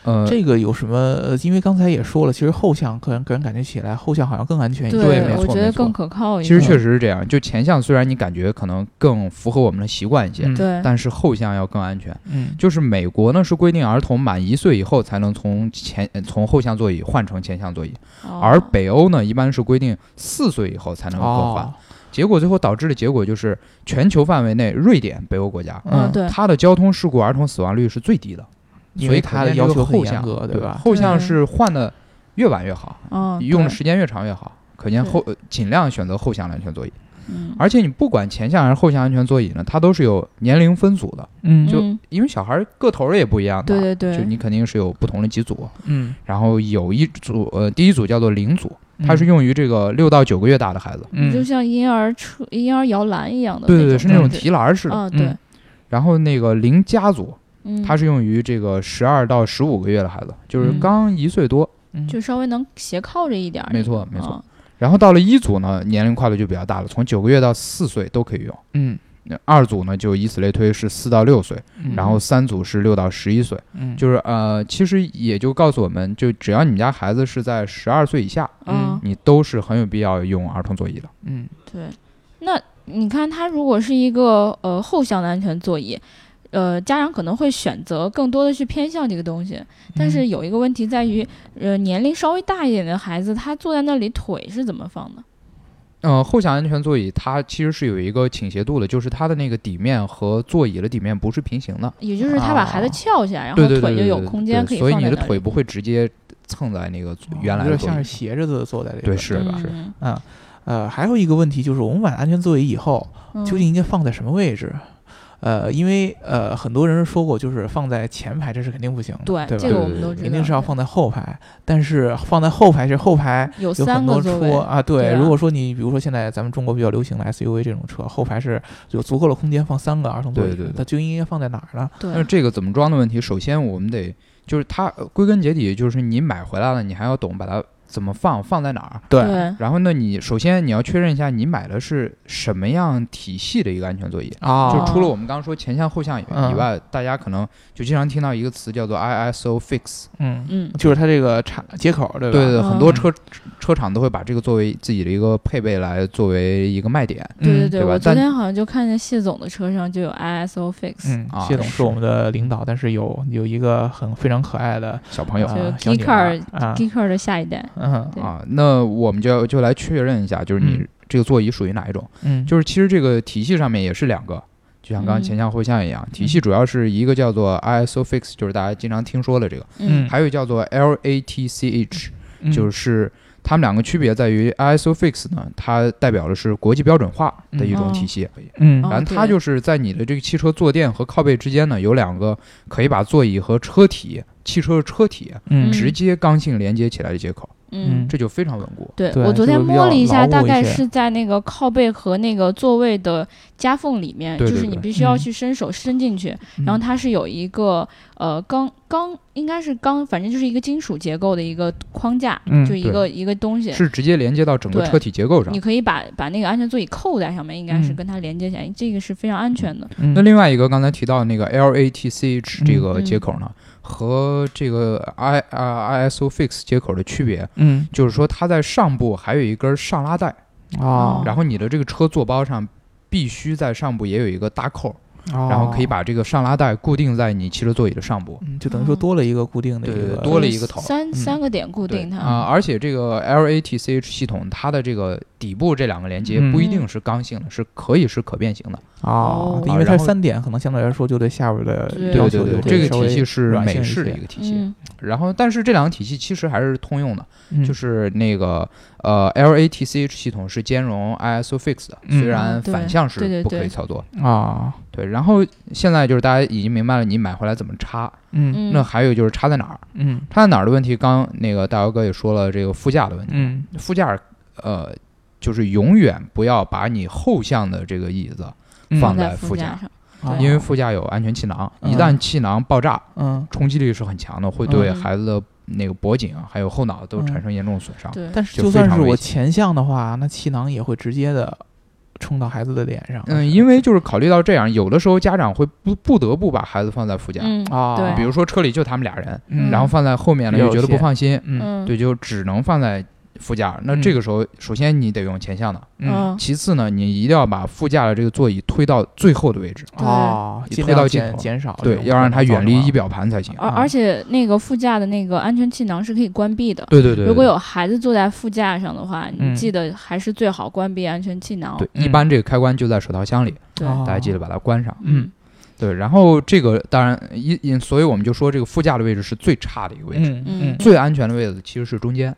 [SPEAKER 3] 呃，
[SPEAKER 2] 这个有什么？呃因为刚才也说了，其实后项个人个人感觉起来，后项好像更安全一些。
[SPEAKER 3] 对没
[SPEAKER 1] 我
[SPEAKER 3] 错
[SPEAKER 1] 觉
[SPEAKER 3] 没
[SPEAKER 1] 得
[SPEAKER 3] 错
[SPEAKER 1] 更可靠一
[SPEAKER 3] 其
[SPEAKER 1] 点。
[SPEAKER 3] 实确实是这样。就前项虽然你感觉可能更符合我们的习惯一些，
[SPEAKER 2] 嗯
[SPEAKER 1] 对，
[SPEAKER 3] 但是后项要更安全。
[SPEAKER 2] 嗯
[SPEAKER 3] 就是美国呢是规定儿童满一岁以后才能从前呃从后向座椅换成前向座椅，
[SPEAKER 1] 哦
[SPEAKER 3] 而北欧呢一般是规定四岁以后才能更换。
[SPEAKER 2] 哦
[SPEAKER 3] 结果最后导致的结果就是全球范围内，瑞典北欧国家。
[SPEAKER 1] 嗯
[SPEAKER 2] 嗯
[SPEAKER 1] 对，
[SPEAKER 3] 它的交通事故儿童死亡率是最低的，
[SPEAKER 2] 因
[SPEAKER 3] 所以
[SPEAKER 2] 为
[SPEAKER 3] 它
[SPEAKER 2] 它的要求很
[SPEAKER 3] 后
[SPEAKER 2] 严
[SPEAKER 3] 向
[SPEAKER 2] 格，
[SPEAKER 3] 对
[SPEAKER 2] 吧？
[SPEAKER 3] 后向
[SPEAKER 1] 对
[SPEAKER 3] 是换的越晚越好，
[SPEAKER 1] 嗯，
[SPEAKER 3] 用的
[SPEAKER 1] 对
[SPEAKER 3] 时间越长越好。可见
[SPEAKER 1] 对
[SPEAKER 3] 后呃尽量选择后向的安全座椅，
[SPEAKER 1] 嗯
[SPEAKER 3] 而且你不管前向还是后向安全座椅呢，它都是有年龄分组的，
[SPEAKER 2] 嗯
[SPEAKER 3] 就
[SPEAKER 1] 嗯
[SPEAKER 3] 因为小孩个头儿也不一样的，
[SPEAKER 1] 对对对
[SPEAKER 3] 就你肯定是有不同的几组，
[SPEAKER 2] 嗯，
[SPEAKER 3] 然后有一组呃第一组叫做零组，它是
[SPEAKER 2] 嗯
[SPEAKER 3] 用于这个六到九个月大的孩子，
[SPEAKER 2] 嗯
[SPEAKER 1] 就像婴儿车、婴儿摇篮一样的，
[SPEAKER 3] 对对对，是那种
[SPEAKER 1] 装置
[SPEAKER 3] 提篮儿似的，
[SPEAKER 1] 啊，对
[SPEAKER 2] 嗯，
[SPEAKER 3] 然后那个零家组，
[SPEAKER 1] 嗯，
[SPEAKER 3] 它是用于这个十二到十五个月的孩子，就是
[SPEAKER 2] 嗯
[SPEAKER 3] 刚一岁多。
[SPEAKER 2] 嗯
[SPEAKER 1] 就稍微能斜靠着一点儿那
[SPEAKER 3] 没
[SPEAKER 1] 种，
[SPEAKER 3] 错没错
[SPEAKER 1] 啊，
[SPEAKER 3] 然后到了一组呢，年龄跨度就比较大了，从九个月到四岁都可以用。
[SPEAKER 2] 嗯，
[SPEAKER 3] 那二组呢，就以此类推是四到六岁，然后三组是六到十一岁，
[SPEAKER 2] 嗯
[SPEAKER 3] 就是呃，其实也就告诉我们，就只要你们家孩子是在十二岁以下，
[SPEAKER 1] 嗯，
[SPEAKER 3] 你都是很有必要用儿童座椅的。
[SPEAKER 2] 嗯
[SPEAKER 1] 对，那你看它如果是一个呃后向的安全座椅，呃，家长可能会选择更多的去偏向这个东
[SPEAKER 3] 嗯
[SPEAKER 1] 西，但是有一个问题在于，呃，年龄稍微大一点的孩子，他坐在那里腿是怎么放的？
[SPEAKER 3] 呃，后向安全座椅它其实是有一个倾斜度的，就是它的那个底面和座椅的底面不是平行的，
[SPEAKER 1] 也就是他把孩子
[SPEAKER 2] 哦
[SPEAKER 1] 翘起来，然后
[SPEAKER 3] 啊对对对
[SPEAKER 1] 腿就
[SPEAKER 3] 对
[SPEAKER 1] 有
[SPEAKER 3] 对
[SPEAKER 1] 空间可
[SPEAKER 3] 对
[SPEAKER 1] 以
[SPEAKER 3] 所
[SPEAKER 1] 放
[SPEAKER 3] 以
[SPEAKER 1] 在那
[SPEAKER 3] 你
[SPEAKER 1] 里。
[SPEAKER 3] 的腿不会直接蹭在那个原来
[SPEAKER 2] 有
[SPEAKER 3] 的
[SPEAKER 2] 点
[SPEAKER 3] 座
[SPEAKER 2] 像是
[SPEAKER 3] 椅。
[SPEAKER 2] 斜着的坐在这个。
[SPEAKER 3] 对是吧
[SPEAKER 1] 嗯
[SPEAKER 3] 是
[SPEAKER 1] 嗯
[SPEAKER 2] 嗯，呃，还有一个问题就是，我们买了安全座椅以后，
[SPEAKER 1] 嗯
[SPEAKER 2] 究竟应该放在什么位置？呃，因为呃，很多人说过，就是放在前排这是肯定不行的，
[SPEAKER 1] 对
[SPEAKER 2] 对
[SPEAKER 1] 这个
[SPEAKER 2] 吧？
[SPEAKER 1] 我们都知道，
[SPEAKER 2] 一定是要放在后排，但是放在后排是后排
[SPEAKER 1] 有
[SPEAKER 2] 有
[SPEAKER 1] 三
[SPEAKER 2] 很
[SPEAKER 1] 个
[SPEAKER 2] 多
[SPEAKER 1] 座
[SPEAKER 2] 车
[SPEAKER 1] 位。
[SPEAKER 2] 啊，对。
[SPEAKER 1] 对啊
[SPEAKER 2] 如果说你比如说现在咱们中国比较流行的 SUV 这种车，后排是有足够的空间放三个儿童座椅
[SPEAKER 3] 对对对，
[SPEAKER 2] 那就应该放在哪儿呢？
[SPEAKER 1] 对
[SPEAKER 3] 但是，这个怎么装的问题，首先我们得就是它呃归根结底就是你买回来了，你还要懂把它怎么放，放在哪儿。
[SPEAKER 1] 对，
[SPEAKER 3] 然后呢，你首先你要确认一下你买的是什么样体系的一个安全座椅。
[SPEAKER 2] 啊，
[SPEAKER 3] 就
[SPEAKER 1] 哦
[SPEAKER 3] 除了我们刚刚说前向后向以
[SPEAKER 2] 嗯
[SPEAKER 3] 以外，大家可能就经常听到一个词叫做 ISO fix，
[SPEAKER 2] 嗯，
[SPEAKER 1] 嗯，
[SPEAKER 2] 就是它这个插接口，对吧？
[SPEAKER 3] 对对，
[SPEAKER 1] 嗯
[SPEAKER 3] 很多车车厂都会把这个作为自己的一个配备来作为一个卖点。
[SPEAKER 1] 对对
[SPEAKER 2] 嗯
[SPEAKER 1] 对，
[SPEAKER 3] 对吧
[SPEAKER 1] 我昨
[SPEAKER 3] 但
[SPEAKER 1] 天好像就看见谢总的车上就有 ISO fix，
[SPEAKER 2] 嗯，
[SPEAKER 3] 啊
[SPEAKER 2] 谢总
[SPEAKER 3] 是
[SPEAKER 2] 是我们的领导，但是有有一个很非常可爱的
[SPEAKER 3] 小朋友
[SPEAKER 1] 就
[SPEAKER 2] 啊
[SPEAKER 1] 是
[SPEAKER 2] 小女
[SPEAKER 1] Geeker
[SPEAKER 2] 孩啊，
[SPEAKER 1] Geeker 的下一代。
[SPEAKER 2] 嗯
[SPEAKER 1] 对
[SPEAKER 3] 啊，那我们就要就来确认一下，就是你
[SPEAKER 2] 嗯
[SPEAKER 3] 这个座椅属于哪一种？
[SPEAKER 2] 嗯，
[SPEAKER 3] 就是其实这个体系上面也是两个，就像刚刚
[SPEAKER 1] 嗯
[SPEAKER 3] 前向后向一样，体系主要是一个叫做 ISO fix，就是大家经常听说的这个，
[SPEAKER 2] 嗯
[SPEAKER 3] 还有叫做 LATCH，
[SPEAKER 2] 嗯
[SPEAKER 3] 就是它们两个区别在于 ISO fix 呢，它代表的是国际标准化的一种体系。
[SPEAKER 2] 嗯
[SPEAKER 1] 哦
[SPEAKER 3] 然后它
[SPEAKER 1] 对
[SPEAKER 3] 就是在你的这个汽车坐垫和靠背之间呢，有两个可以把座椅和车体、汽车的车体
[SPEAKER 2] 嗯
[SPEAKER 1] 嗯
[SPEAKER 3] 直接刚性连接起来的接口，
[SPEAKER 1] 嗯
[SPEAKER 2] 嗯
[SPEAKER 3] 这就非常稳固。
[SPEAKER 1] 对
[SPEAKER 2] 对
[SPEAKER 1] 我昨
[SPEAKER 2] 就
[SPEAKER 1] 天
[SPEAKER 2] 比
[SPEAKER 1] 摸
[SPEAKER 2] 较
[SPEAKER 1] 了一下，
[SPEAKER 2] 牢
[SPEAKER 1] 大
[SPEAKER 2] 固一
[SPEAKER 1] 概
[SPEAKER 2] 些
[SPEAKER 1] 是在那个靠背和那个座位的夹缝里面，
[SPEAKER 3] 对
[SPEAKER 1] 就
[SPEAKER 3] 对
[SPEAKER 1] 是你
[SPEAKER 3] 对
[SPEAKER 1] 必须要
[SPEAKER 2] 嗯
[SPEAKER 1] 去伸手伸进去，
[SPEAKER 2] 嗯
[SPEAKER 1] 然后它是有一个呃钢钢，应该是钢，反正就是一个金属结构的一个框架，
[SPEAKER 2] 嗯
[SPEAKER 1] 就一
[SPEAKER 3] 对
[SPEAKER 1] 个一个东西。
[SPEAKER 3] 是直接连接到整个
[SPEAKER 1] 对
[SPEAKER 3] 车体结构上
[SPEAKER 1] 你。可以把把那个安全座椅扣在上面，应该是
[SPEAKER 2] 嗯
[SPEAKER 1] 跟它连接起来，这个是非常安全的。
[SPEAKER 2] 嗯
[SPEAKER 3] 那另外一个刚才提到的那个 LATCH
[SPEAKER 2] 嗯
[SPEAKER 3] 这个接口呢，和这个 I 啊 ISO fix 接口的区别，
[SPEAKER 2] 嗯
[SPEAKER 3] 就是说它在上部还有一根上拉带，
[SPEAKER 2] 啊，
[SPEAKER 3] 然后你的这个车座包上必须在上部也有一个搭扣，然后可以
[SPEAKER 2] 把
[SPEAKER 3] 把这个上拉带固定在你汽车座椅的上部。
[SPEAKER 2] 嗯就等于
[SPEAKER 1] 哦
[SPEAKER 2] 说多了一个固定的
[SPEAKER 3] 对
[SPEAKER 2] 一
[SPEAKER 3] 对
[SPEAKER 2] 个
[SPEAKER 3] 多了
[SPEAKER 1] 就
[SPEAKER 3] 一个头
[SPEAKER 1] 三
[SPEAKER 2] 嗯
[SPEAKER 1] 三个点固
[SPEAKER 3] 对
[SPEAKER 1] 定它。
[SPEAKER 3] 啊、而且这个 LATCH 系统，它的这个底部这两个连接
[SPEAKER 2] 嗯
[SPEAKER 3] 不一定是刚性的，是可以是可变性的。
[SPEAKER 2] 啊
[SPEAKER 1] 哦，
[SPEAKER 2] 因为它
[SPEAKER 3] 然
[SPEAKER 2] 是
[SPEAKER 3] 后
[SPEAKER 2] 三点，可能相对来说就对下边的
[SPEAKER 1] 对
[SPEAKER 2] 要
[SPEAKER 3] 对
[SPEAKER 2] 求
[SPEAKER 3] 对
[SPEAKER 2] 就
[SPEAKER 3] 对，
[SPEAKER 2] 会
[SPEAKER 3] 这个
[SPEAKER 2] 稍
[SPEAKER 3] 体
[SPEAKER 2] 微
[SPEAKER 3] 系是
[SPEAKER 2] 软性
[SPEAKER 3] 美
[SPEAKER 2] 一
[SPEAKER 3] 式的
[SPEAKER 2] 些
[SPEAKER 3] 一个体系。
[SPEAKER 1] 嗯，
[SPEAKER 3] 然后，但是这两个体系其实还是通用的，
[SPEAKER 2] 嗯
[SPEAKER 3] 就是那个呃 LATCH 系统是兼容 ISO fix 的，
[SPEAKER 2] 嗯
[SPEAKER 3] 虽然
[SPEAKER 1] 嗯对
[SPEAKER 3] 反向
[SPEAKER 1] 对对
[SPEAKER 3] 是不可
[SPEAKER 1] 对
[SPEAKER 3] 以操作。
[SPEAKER 2] 啊，
[SPEAKER 3] 对，然后现在就是大家已经明白了你买回来怎么插，
[SPEAKER 2] 嗯
[SPEAKER 1] 嗯
[SPEAKER 3] 那还有就是插在哪儿，
[SPEAKER 2] 嗯
[SPEAKER 3] 插在哪儿的问题，刚那个大姚哥也说了这个副驾的问题，
[SPEAKER 2] 嗯
[SPEAKER 3] 副驾呃就是永远不要把你后向的这个椅子，
[SPEAKER 1] 哦
[SPEAKER 2] 嗯
[SPEAKER 3] 放在
[SPEAKER 1] 在
[SPEAKER 3] 副
[SPEAKER 1] 驾
[SPEAKER 3] 驾
[SPEAKER 1] 上，
[SPEAKER 2] 啊
[SPEAKER 3] 因为副驾有安全气囊，
[SPEAKER 2] 嗯
[SPEAKER 3] 一旦气囊爆炸，
[SPEAKER 2] 嗯，
[SPEAKER 3] 冲击力是很强的，会对
[SPEAKER 1] 嗯
[SPEAKER 3] 孩子的那个脖颈啊还有后脑都产生严重损伤。
[SPEAKER 1] 对，
[SPEAKER 2] 但是
[SPEAKER 3] 就
[SPEAKER 2] 就
[SPEAKER 3] 非
[SPEAKER 2] 算
[SPEAKER 3] 常
[SPEAKER 2] 是
[SPEAKER 3] 危
[SPEAKER 2] 我
[SPEAKER 3] 险
[SPEAKER 2] 前向的话，那气囊也会直接的冲到孩子啊的脸上。
[SPEAKER 3] 嗯，因为就是考虑到这样，有的时候家长会不不得不把孩子放在副驾，
[SPEAKER 1] 嗯，
[SPEAKER 2] 啊，
[SPEAKER 1] 对
[SPEAKER 3] 比如说车里就他们俩人，
[SPEAKER 2] 嗯
[SPEAKER 3] 然后放在后面呢
[SPEAKER 2] 也
[SPEAKER 3] 又
[SPEAKER 2] 有
[SPEAKER 3] 觉得不
[SPEAKER 2] 些
[SPEAKER 3] 放心，
[SPEAKER 1] 嗯，
[SPEAKER 2] 嗯
[SPEAKER 3] 对，就只能放在副驾。那
[SPEAKER 2] 嗯
[SPEAKER 3] 这个时候，首先你得用前向的，
[SPEAKER 2] 啊
[SPEAKER 1] 嗯，
[SPEAKER 3] 其次呢，你一定要把副驾的这个座椅推到最后的位置，
[SPEAKER 1] 对
[SPEAKER 2] 哦，
[SPEAKER 3] 你
[SPEAKER 2] 尽
[SPEAKER 3] 推
[SPEAKER 2] 量
[SPEAKER 3] 到尽
[SPEAKER 2] 减
[SPEAKER 3] 头
[SPEAKER 2] 减少这种啊可能造
[SPEAKER 3] 对
[SPEAKER 2] 成的，，
[SPEAKER 3] 要让它远离仪表盘才
[SPEAKER 2] 哦
[SPEAKER 3] 行。
[SPEAKER 1] 而而且那个副驾的那个安全气囊是可以关闭的。
[SPEAKER 3] 对对对，
[SPEAKER 1] 如果有孩子坐在副驾上的话，
[SPEAKER 2] 嗯
[SPEAKER 1] 你记得还是最好关闭安全气囊。
[SPEAKER 3] 对，
[SPEAKER 2] 嗯
[SPEAKER 3] 一般这个开关就在手套箱里，
[SPEAKER 1] 对
[SPEAKER 2] 哦
[SPEAKER 3] 大家记得把它关上。
[SPEAKER 2] 嗯
[SPEAKER 3] 对，然后这个当然一，因所以我们就说这个副驾的位置是最差的一个位置，
[SPEAKER 2] 嗯
[SPEAKER 1] 嗯
[SPEAKER 3] 最安全的位置其实是中间。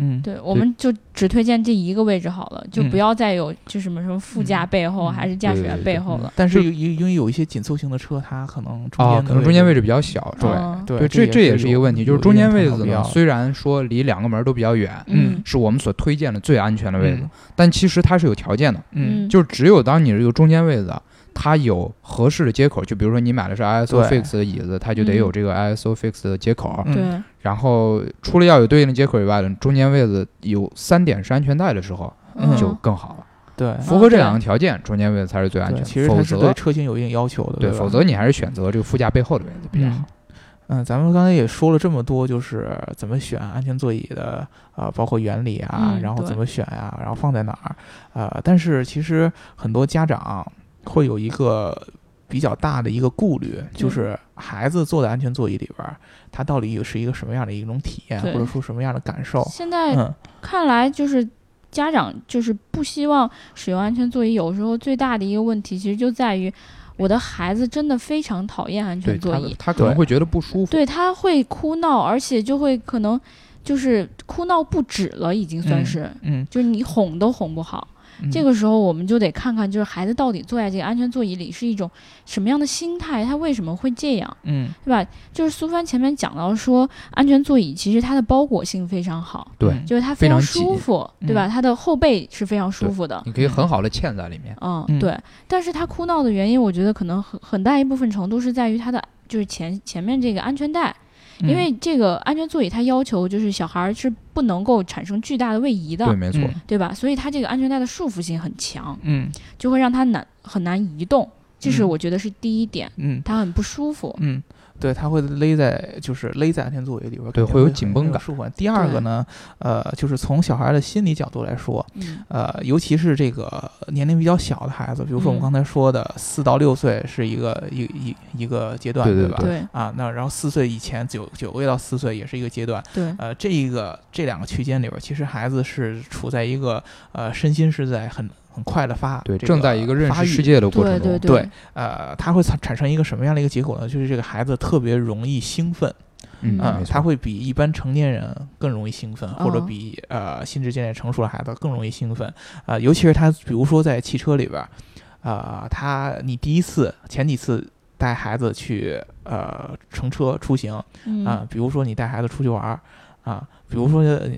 [SPEAKER 2] 嗯
[SPEAKER 1] 对，我们就只推荐这一个位置好了，就
[SPEAKER 2] 嗯
[SPEAKER 1] 不要再有就什么什么副驾背后
[SPEAKER 2] 嗯
[SPEAKER 1] 还是驾驶员背后
[SPEAKER 2] 嗯
[SPEAKER 1] 了。
[SPEAKER 2] 但是有有因为有一些紧凑型的车，它可能中
[SPEAKER 3] 啊
[SPEAKER 2] 间，的
[SPEAKER 3] 可能中间位
[SPEAKER 2] 置
[SPEAKER 3] 置比较小。
[SPEAKER 2] 对
[SPEAKER 1] 嗯
[SPEAKER 2] 对，
[SPEAKER 3] 对，这
[SPEAKER 2] 这
[SPEAKER 3] 也是一个
[SPEAKER 2] 有
[SPEAKER 3] 问题，就
[SPEAKER 2] 有
[SPEAKER 3] 是
[SPEAKER 2] 一
[SPEAKER 3] 中
[SPEAKER 2] 定
[SPEAKER 3] 间
[SPEAKER 2] 参
[SPEAKER 3] 位
[SPEAKER 2] 考
[SPEAKER 3] 置
[SPEAKER 2] 必
[SPEAKER 3] 呢，
[SPEAKER 2] 要
[SPEAKER 3] 虽然说离两个门都比较远，
[SPEAKER 1] 嗯
[SPEAKER 3] 是我们所推荐的最安全的位置，
[SPEAKER 2] 嗯
[SPEAKER 3] 但其实它是有条件的，
[SPEAKER 2] 嗯
[SPEAKER 1] 嗯
[SPEAKER 3] 就是只有当你这个中间位置啊，它有合适的接口，就比如说你买的是 ISO
[SPEAKER 2] 对
[SPEAKER 3] fix 的椅子，它就得有这个 ISO fix 的接口，
[SPEAKER 2] 嗯
[SPEAKER 1] 对，
[SPEAKER 3] 然后除了要有对应的接口以外呢，中间位置有三点式安全带的时候
[SPEAKER 2] 嗯哦
[SPEAKER 3] 就更好了，
[SPEAKER 2] 对
[SPEAKER 3] 符合这两个条件，中间位置才是最安
[SPEAKER 2] 对，
[SPEAKER 3] 全
[SPEAKER 2] 其
[SPEAKER 3] 的，
[SPEAKER 2] 实它
[SPEAKER 3] 否
[SPEAKER 2] 是对
[SPEAKER 3] 则
[SPEAKER 2] 车型有一定要求的，
[SPEAKER 3] 对，
[SPEAKER 2] 吧
[SPEAKER 3] 否则你还是选择这个副驾背后的位置比较好。
[SPEAKER 2] 嗯，咱们刚才也说了这么多，就是怎么选安全座椅的，呃，包括原理啊，
[SPEAKER 1] 嗯
[SPEAKER 2] 然后
[SPEAKER 1] 对
[SPEAKER 2] 怎么选呀、然后啊放在哪儿，呃，但是其实很多家长会有一个比较大的一个顾虑，就是孩子坐在安全座椅里边儿，他到底是一个什么样的一种体验，
[SPEAKER 1] 对
[SPEAKER 2] 或者说什么样的感受？
[SPEAKER 1] 现在
[SPEAKER 2] 嗯，
[SPEAKER 1] 看来就是家长就是不希望使用安全座椅，有时候最大的一个问题其实就在于我的孩子真的非常讨厌安
[SPEAKER 3] 对
[SPEAKER 1] 全座
[SPEAKER 3] 他
[SPEAKER 1] 椅，
[SPEAKER 3] 他可能
[SPEAKER 2] 对
[SPEAKER 3] 会觉得不舒服。
[SPEAKER 1] 对他会哭闹，而且就会可能就是哭闹不止了，已经算
[SPEAKER 2] 嗯
[SPEAKER 1] 是，
[SPEAKER 2] 嗯，
[SPEAKER 1] 就是你哄都哄不好。
[SPEAKER 2] 嗯
[SPEAKER 1] 这个时候我们就得看看，就是孩子到底坐在这个安全座椅里是一种什么样的心态，他为什么会这样，
[SPEAKER 2] 嗯
[SPEAKER 1] 对吧？就是苏帆前面讲到说，安全座椅其实它的包裹性非常好，
[SPEAKER 3] 对
[SPEAKER 2] 嗯
[SPEAKER 1] 就是它
[SPEAKER 3] 非
[SPEAKER 1] 常
[SPEAKER 3] 常紧
[SPEAKER 1] 舒服，对吧？它的后背是非常舒服的。
[SPEAKER 3] 你可以很好的嵌在里面。
[SPEAKER 1] 嗯，
[SPEAKER 2] 嗯
[SPEAKER 1] 对，但是他哭闹的原因，我觉得可能很很大一部分程度是在于他的就是前前面这个安全带，
[SPEAKER 2] 嗯
[SPEAKER 1] 因为这个安全座椅它要求就是小孩儿是不能够产生巨大的位移的，
[SPEAKER 3] 对，没错，
[SPEAKER 2] 嗯
[SPEAKER 1] 对吧？所以它这个安全带的束缚性很强，
[SPEAKER 2] 嗯
[SPEAKER 1] 就会让他难很难移动，这是
[SPEAKER 2] 嗯
[SPEAKER 1] 我觉得是第一点，
[SPEAKER 2] 嗯
[SPEAKER 1] 他很不舒服。
[SPEAKER 2] 嗯，对，它会勒在，就是勒在安全座椅里边儿，
[SPEAKER 3] 对
[SPEAKER 2] 肯定
[SPEAKER 3] 会有
[SPEAKER 2] 很
[SPEAKER 3] 紧绷
[SPEAKER 2] 很
[SPEAKER 3] 感
[SPEAKER 2] 舒缓。第二个呢，呃，就是从小孩的心理角度来说，
[SPEAKER 1] 嗯，
[SPEAKER 2] 呃，尤其是这个年龄比较小的孩子，比如说我们
[SPEAKER 1] 嗯
[SPEAKER 2] 刚才说的，四到六岁是一个一一一个阶段，
[SPEAKER 3] 对对
[SPEAKER 2] 吧？
[SPEAKER 1] 对
[SPEAKER 2] 啊，那然后四岁以前，九九个月到四岁也是一个阶段。
[SPEAKER 1] 对
[SPEAKER 2] 呃，这一个这两个区间里边儿，其实孩子是处在一个呃身心是在很很快的发
[SPEAKER 3] 对，
[SPEAKER 2] 这
[SPEAKER 3] 正在一个认
[SPEAKER 2] 发
[SPEAKER 3] 识世
[SPEAKER 2] 育
[SPEAKER 3] 界的过
[SPEAKER 1] 对
[SPEAKER 3] 程
[SPEAKER 1] 对
[SPEAKER 3] 中，
[SPEAKER 2] 对呃，它会产产生一个什么样的一个结果呢？就是这个孩子特别容易兴奋，
[SPEAKER 3] 嗯，
[SPEAKER 2] 嗯，
[SPEAKER 3] 没错
[SPEAKER 2] 他会比一般成年人更容易兴奋，或者
[SPEAKER 1] 哦
[SPEAKER 2] 比呃心智渐渐成熟的孩子更容易兴奋。呃，尤其是他，比如说在汽车里边儿，呃，他你第一次前几次带孩子去呃乘车出行啊、
[SPEAKER 1] 嗯
[SPEAKER 2] 比如说你带孩子出去玩儿啊、比如说呃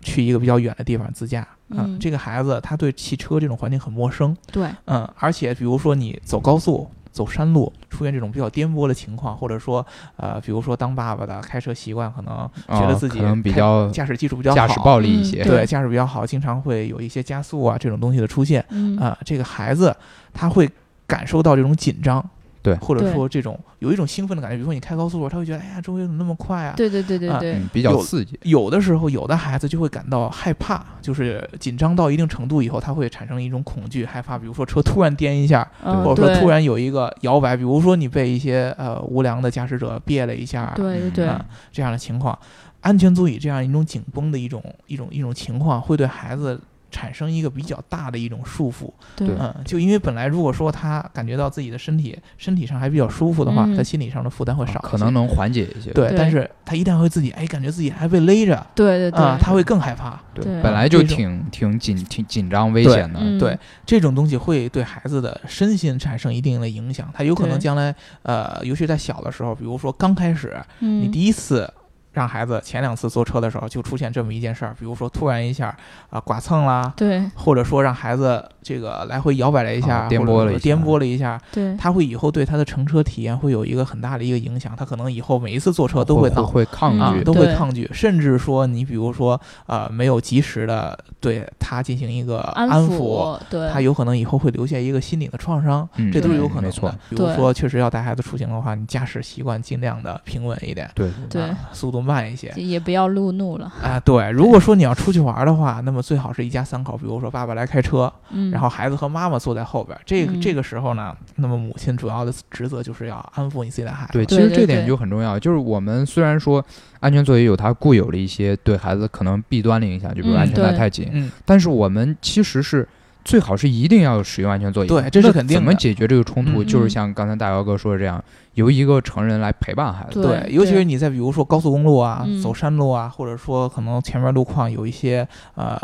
[SPEAKER 2] 去一个比较远的地方自驾。啊
[SPEAKER 1] 嗯
[SPEAKER 2] 这个孩子他对汽车这种环境很陌生，
[SPEAKER 1] 对
[SPEAKER 2] 嗯，而且比如说你走高速、走山路，出现这种比较颠簸的情况，或者说，呃，比如说当爸爸的开车习惯可能觉得
[SPEAKER 3] 啊
[SPEAKER 2] 自
[SPEAKER 3] 可
[SPEAKER 2] 己
[SPEAKER 3] 能比
[SPEAKER 2] 开
[SPEAKER 3] 较
[SPEAKER 2] 驾驶技术比较好，
[SPEAKER 3] 驾驶暴力一
[SPEAKER 1] 嗯
[SPEAKER 3] 些，
[SPEAKER 2] 对驾驶比较好，经常会有一些加速啊这种东西的出现
[SPEAKER 1] 嗯
[SPEAKER 2] 啊、这个孩子他会感受到这种紧张，
[SPEAKER 3] 对
[SPEAKER 2] 或者
[SPEAKER 1] 对
[SPEAKER 2] 说这种有一种兴奋的感觉，比如说你开高速的时候，他会觉得哎呀，周围怎么那么快啊？
[SPEAKER 1] 对对对对
[SPEAKER 2] 啊
[SPEAKER 1] 对
[SPEAKER 3] 嗯，比较
[SPEAKER 2] 有
[SPEAKER 3] 刺激，
[SPEAKER 2] 有的时候，有的孩子就会感到害怕，就是紧张到一定程度以后，他会产生一种恐惧、害怕。比如说车突然颠一下，
[SPEAKER 1] 嗯
[SPEAKER 2] 或者说
[SPEAKER 1] 对
[SPEAKER 2] 突然有一个摇摆，比如说你被一些呃无良的驾驶者别了一下，
[SPEAKER 1] 对对
[SPEAKER 3] 嗯
[SPEAKER 1] 对
[SPEAKER 2] 啊这样的情况，安全座椅这样一种紧绷的一种一种一种情况，会对孩子产生一个比较大的一种束缚。
[SPEAKER 1] 对
[SPEAKER 2] 嗯，就因为本来如果说他感觉到自己的身体身体上还比较舒服的话，
[SPEAKER 1] 嗯
[SPEAKER 2] 他心理上的负担会
[SPEAKER 3] 啊
[SPEAKER 2] 少一些，
[SPEAKER 3] 可能能缓解一些。
[SPEAKER 2] 对，
[SPEAKER 1] 对
[SPEAKER 2] 但是他一旦会自己哎感觉自己还被勒着啊、
[SPEAKER 1] 对对对，
[SPEAKER 2] 他会更害怕。
[SPEAKER 3] 对
[SPEAKER 1] 对
[SPEAKER 3] 本来就
[SPEAKER 2] 这种
[SPEAKER 3] 挺挺紧挺紧张危
[SPEAKER 2] 对
[SPEAKER 3] 险的，
[SPEAKER 1] 嗯
[SPEAKER 2] 对这种东西会对孩子的身心产生一定的影响，他有可能
[SPEAKER 1] 对
[SPEAKER 2] 将来，呃，尤其是在小的时候，比如说刚开始，
[SPEAKER 1] 嗯
[SPEAKER 2] 你第一次让孩子前两次坐车的时候，就出现这么一件事儿，比如说突然一下啊、剐蹭啦，
[SPEAKER 1] 对
[SPEAKER 2] 或者说让孩子这个来回摇摆了一下，
[SPEAKER 3] 啊颠簸
[SPEAKER 2] 或者
[SPEAKER 3] 了一下
[SPEAKER 2] 颠簸了一下，
[SPEAKER 1] 对
[SPEAKER 2] 他会以后对他的乘车体验会有一个很大的一个影响，他可能以后每一次坐车都
[SPEAKER 3] 哦会
[SPEAKER 2] 闹。
[SPEAKER 3] 会抗
[SPEAKER 1] 嗯
[SPEAKER 2] 啊
[SPEAKER 3] 拒，，
[SPEAKER 2] 都会
[SPEAKER 1] 对
[SPEAKER 2] 抗拒，甚至说你比如说，呃，没有及时的对他进行一个安
[SPEAKER 1] 抚，对，
[SPEAKER 2] 他有可能以后会留下一个心理的创伤，
[SPEAKER 3] 嗯
[SPEAKER 2] 这都是有可
[SPEAKER 3] 没
[SPEAKER 2] 能
[SPEAKER 3] 错
[SPEAKER 2] 的。比如
[SPEAKER 1] 对
[SPEAKER 2] 说，确实要带孩子出行的话，你驾驶习惯尽量的平稳一点，
[SPEAKER 3] 对
[SPEAKER 1] 对
[SPEAKER 2] 啊速度慢一些
[SPEAKER 1] 也不要路怒了，
[SPEAKER 2] 啊。对，如果说你要出去玩的话，那么最好是一家三口，比如说爸爸来开车，
[SPEAKER 1] 嗯，
[SPEAKER 2] 然后孩子和妈妈坐在后边儿。这个
[SPEAKER 1] 嗯
[SPEAKER 2] 这个时候呢，那么母亲主要的职责就是要安抚你自己的孩子。
[SPEAKER 3] 对，其
[SPEAKER 1] 对
[SPEAKER 3] 实
[SPEAKER 1] 对
[SPEAKER 3] 这点
[SPEAKER 1] 对
[SPEAKER 3] 就很重要。就是我们虽然说安全座椅有它固有的一些对孩子可能弊端的影响，就比如
[SPEAKER 1] 嗯
[SPEAKER 3] 安全带
[SPEAKER 1] 对
[SPEAKER 3] 太紧，
[SPEAKER 2] 嗯，
[SPEAKER 3] 但是我们其实是最好是一定要使用安全座椅的。
[SPEAKER 2] 对这是
[SPEAKER 3] 那
[SPEAKER 2] 肯定
[SPEAKER 3] 怎么
[SPEAKER 2] 的
[SPEAKER 3] 解决这个冲突？
[SPEAKER 2] 嗯
[SPEAKER 3] 就是
[SPEAKER 1] 嗯
[SPEAKER 3] 像刚才大姚哥说的这样，由一个成人来陪伴孩子。
[SPEAKER 1] 对
[SPEAKER 2] 对，尤其是你在比如说高速公路啊、
[SPEAKER 1] 嗯
[SPEAKER 2] 走山路啊，或者说可能前面路况有一些呃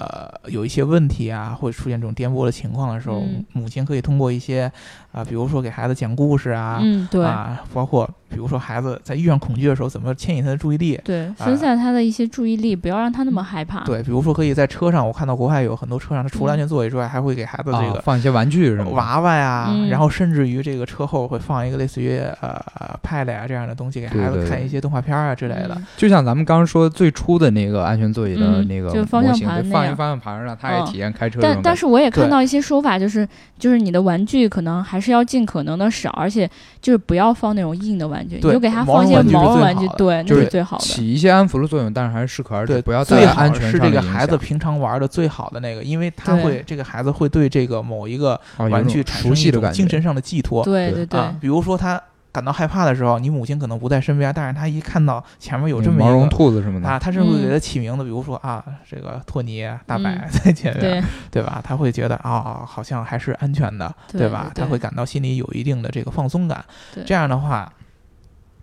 [SPEAKER 2] 有一些问题啊，会出现这种颠簸的情况的时候，
[SPEAKER 1] 嗯
[SPEAKER 2] 母亲可以通过一些啊、比如说给孩子讲故事啊，
[SPEAKER 1] 嗯，对
[SPEAKER 2] 啊，包括比如说孩子在遇上恐惧的时候，怎么牵引他的注意力。
[SPEAKER 1] 对，分散他的一些注意力，不要让他那么害怕，
[SPEAKER 2] 啊嗯对，比如说可以在车上，我看到国外有很多车上，它除
[SPEAKER 1] 嗯
[SPEAKER 2] 了安全座椅之外，还会给孩子这
[SPEAKER 3] 啊
[SPEAKER 2] 个
[SPEAKER 3] 放一些玩具什么的。
[SPEAKER 2] 娃娃呀、
[SPEAKER 1] 嗯
[SPEAKER 2] 然后甚至于这个车后会放一个类似于呃呃 Pad 呀这样的东西给
[SPEAKER 3] 对
[SPEAKER 2] 孩子
[SPEAKER 3] 对对
[SPEAKER 2] 看一些动画片儿啊之类的。
[SPEAKER 1] 嗯
[SPEAKER 3] 就像咱们刚刚说最初的那个安全座椅的
[SPEAKER 1] 嗯
[SPEAKER 3] 那个
[SPEAKER 1] 就
[SPEAKER 3] 模型，
[SPEAKER 1] 方向盘
[SPEAKER 3] 对
[SPEAKER 1] 那
[SPEAKER 3] 放一
[SPEAKER 1] 样
[SPEAKER 3] 方向盘，让他也
[SPEAKER 1] 嗯
[SPEAKER 3] 体验开车这
[SPEAKER 1] 但
[SPEAKER 3] 种
[SPEAKER 1] 但
[SPEAKER 3] 感
[SPEAKER 1] 是我也看
[SPEAKER 2] 对
[SPEAKER 1] 到一些说法，就是就是你的玩具可能还是要尽可能的少，而且就是不要放那种硬的玩具，你
[SPEAKER 2] 对
[SPEAKER 1] 就给它
[SPEAKER 2] 毛
[SPEAKER 1] 放一些
[SPEAKER 2] 绒玩具是
[SPEAKER 1] 毛绒
[SPEAKER 2] 最
[SPEAKER 1] 玩具
[SPEAKER 2] 好，的
[SPEAKER 1] 对，
[SPEAKER 2] 就
[SPEAKER 1] 那
[SPEAKER 2] 是
[SPEAKER 1] 最好的。
[SPEAKER 3] 起一些安抚的作用，但是还是适可而止，
[SPEAKER 2] 对，
[SPEAKER 3] 不要带
[SPEAKER 2] 最
[SPEAKER 3] 来
[SPEAKER 2] 好
[SPEAKER 3] 安全
[SPEAKER 2] 是
[SPEAKER 3] 上
[SPEAKER 2] 这
[SPEAKER 3] 的
[SPEAKER 2] 个
[SPEAKER 3] 影
[SPEAKER 2] 孩子
[SPEAKER 3] 响
[SPEAKER 2] 平常玩的最好的那个，因为他
[SPEAKER 1] 对
[SPEAKER 2] 会这个孩子会对这个某一个
[SPEAKER 3] 哦有
[SPEAKER 2] 玩
[SPEAKER 3] 种
[SPEAKER 2] 具产生
[SPEAKER 3] 熟悉
[SPEAKER 2] 一
[SPEAKER 3] 的
[SPEAKER 2] 种
[SPEAKER 3] 感觉，
[SPEAKER 2] 精神上的寄托。
[SPEAKER 1] 对
[SPEAKER 3] 对
[SPEAKER 1] 对对，
[SPEAKER 2] 啊，比如说他感到害怕的时候，你母亲可能不在身边，但是他一看到前面有这么
[SPEAKER 3] 嗯毛绒
[SPEAKER 2] 一个。
[SPEAKER 3] 兔子什么的，
[SPEAKER 2] 啊，他是会给
[SPEAKER 1] 嗯
[SPEAKER 2] 他起名字，比如说啊，这个托尼、啊大白
[SPEAKER 1] 嗯
[SPEAKER 2] 在前面，
[SPEAKER 1] 对
[SPEAKER 2] 对吧？他会觉得啊、好像还是安全的，
[SPEAKER 1] 对
[SPEAKER 2] 吧？
[SPEAKER 1] 对
[SPEAKER 2] 他会感到心里有一定的这个放松感
[SPEAKER 1] 对。
[SPEAKER 2] 这样的话，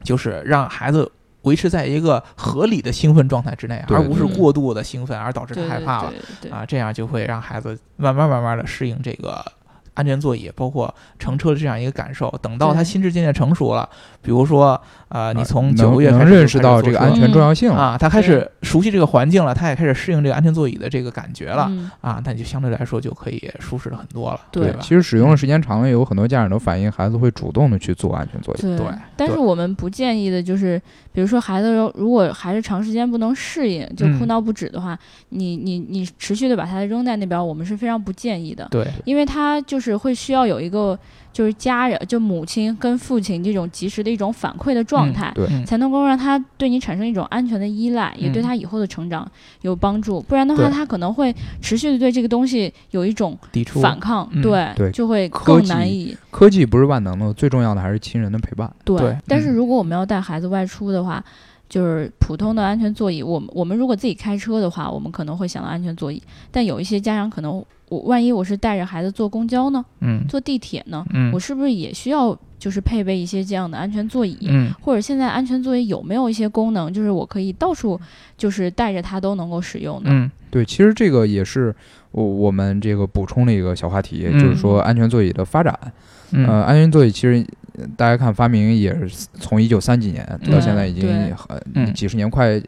[SPEAKER 2] 就是让孩子维持在一个合理的兴奋状态之内，
[SPEAKER 3] 对嗯
[SPEAKER 2] 而不是
[SPEAKER 1] 对
[SPEAKER 2] 过度的兴奋而导致
[SPEAKER 1] 对
[SPEAKER 2] 他
[SPEAKER 1] 对
[SPEAKER 2] 害怕了
[SPEAKER 1] 对对
[SPEAKER 2] 啊。这样就会让孩子慢慢慢慢的适应这个。安全座椅，包括乘车的这样一个感受，等到
[SPEAKER 1] 对
[SPEAKER 2] 他心智渐渐成熟了，比如说，呃，你从
[SPEAKER 3] 啊能
[SPEAKER 2] 九个月
[SPEAKER 3] 能
[SPEAKER 2] 开始
[SPEAKER 3] 认
[SPEAKER 2] 就
[SPEAKER 3] 识
[SPEAKER 2] 开
[SPEAKER 3] 到
[SPEAKER 2] 始
[SPEAKER 3] 这
[SPEAKER 2] 坐车
[SPEAKER 3] 个安
[SPEAKER 2] 了
[SPEAKER 3] 全
[SPEAKER 1] 嗯
[SPEAKER 3] 重要性了。
[SPEAKER 2] 啊，他开始熟悉这个环境了，他也开始适应这个安全座椅的这个感觉了、
[SPEAKER 1] 嗯
[SPEAKER 2] 啊，那就相对来说就可以舒适的很多了，
[SPEAKER 1] 对
[SPEAKER 2] 吧嗯
[SPEAKER 3] 其？实使用的时间长了，有很多家长都反映孩子会主动的去做安全座椅。
[SPEAKER 1] 对
[SPEAKER 2] 对
[SPEAKER 1] 但
[SPEAKER 2] 对
[SPEAKER 1] 是我们不建议的就是，比如说孩子如如果还是长时间不能适应，就哭
[SPEAKER 2] 嗯
[SPEAKER 1] 闹不止的话，你你你持续的把它扔在那边，我们是非常不建议的。
[SPEAKER 2] 对，
[SPEAKER 1] 因为他就是会需要有一个就是家人就母亲跟父亲这种及时的一种反馈的状态，
[SPEAKER 3] 对
[SPEAKER 2] 嗯
[SPEAKER 1] 才能够让他对你产生一种安全的依赖，也对
[SPEAKER 2] 嗯
[SPEAKER 1] 他以后的成长有帮助。不然的话，
[SPEAKER 2] 对
[SPEAKER 1] 他可能会持续的对这个东西有一种
[SPEAKER 2] 抵触
[SPEAKER 1] 反抗，
[SPEAKER 2] 嗯
[SPEAKER 1] 对，
[SPEAKER 3] 对
[SPEAKER 1] 就会
[SPEAKER 3] 科
[SPEAKER 1] 更
[SPEAKER 3] 技
[SPEAKER 1] 难以
[SPEAKER 3] 科技不是万能的，最重要的还是亲人的陪伴。
[SPEAKER 1] 对。
[SPEAKER 2] 对
[SPEAKER 1] 但是
[SPEAKER 2] 嗯
[SPEAKER 1] 如果我们要带孩子外出的话，就是普通的安全座椅，我们我们如果自己开车的话，我们可能会想到安全座椅，但有一些家长可能。我万一我是带着孩子坐公交呢，
[SPEAKER 2] 嗯
[SPEAKER 1] 坐地铁呢，
[SPEAKER 2] 嗯
[SPEAKER 1] 我是不是也需要就是配备一些这样的安全座椅？
[SPEAKER 2] 嗯
[SPEAKER 1] 或者现在安全座椅有没有一些功能，就是我可以到处就是带着它都能够使用的？
[SPEAKER 2] 嗯
[SPEAKER 3] 对，其实这个也是我我们这个补充了一个小话题，
[SPEAKER 2] 嗯
[SPEAKER 3] 就是说安全座椅的发展。
[SPEAKER 2] 嗯
[SPEAKER 3] 呃，安全座椅其实呃大家看发明也是从一九三几年到
[SPEAKER 2] 嗯对
[SPEAKER 3] 现在已经
[SPEAKER 1] 对
[SPEAKER 3] 很、
[SPEAKER 2] 嗯
[SPEAKER 3] 几十年，快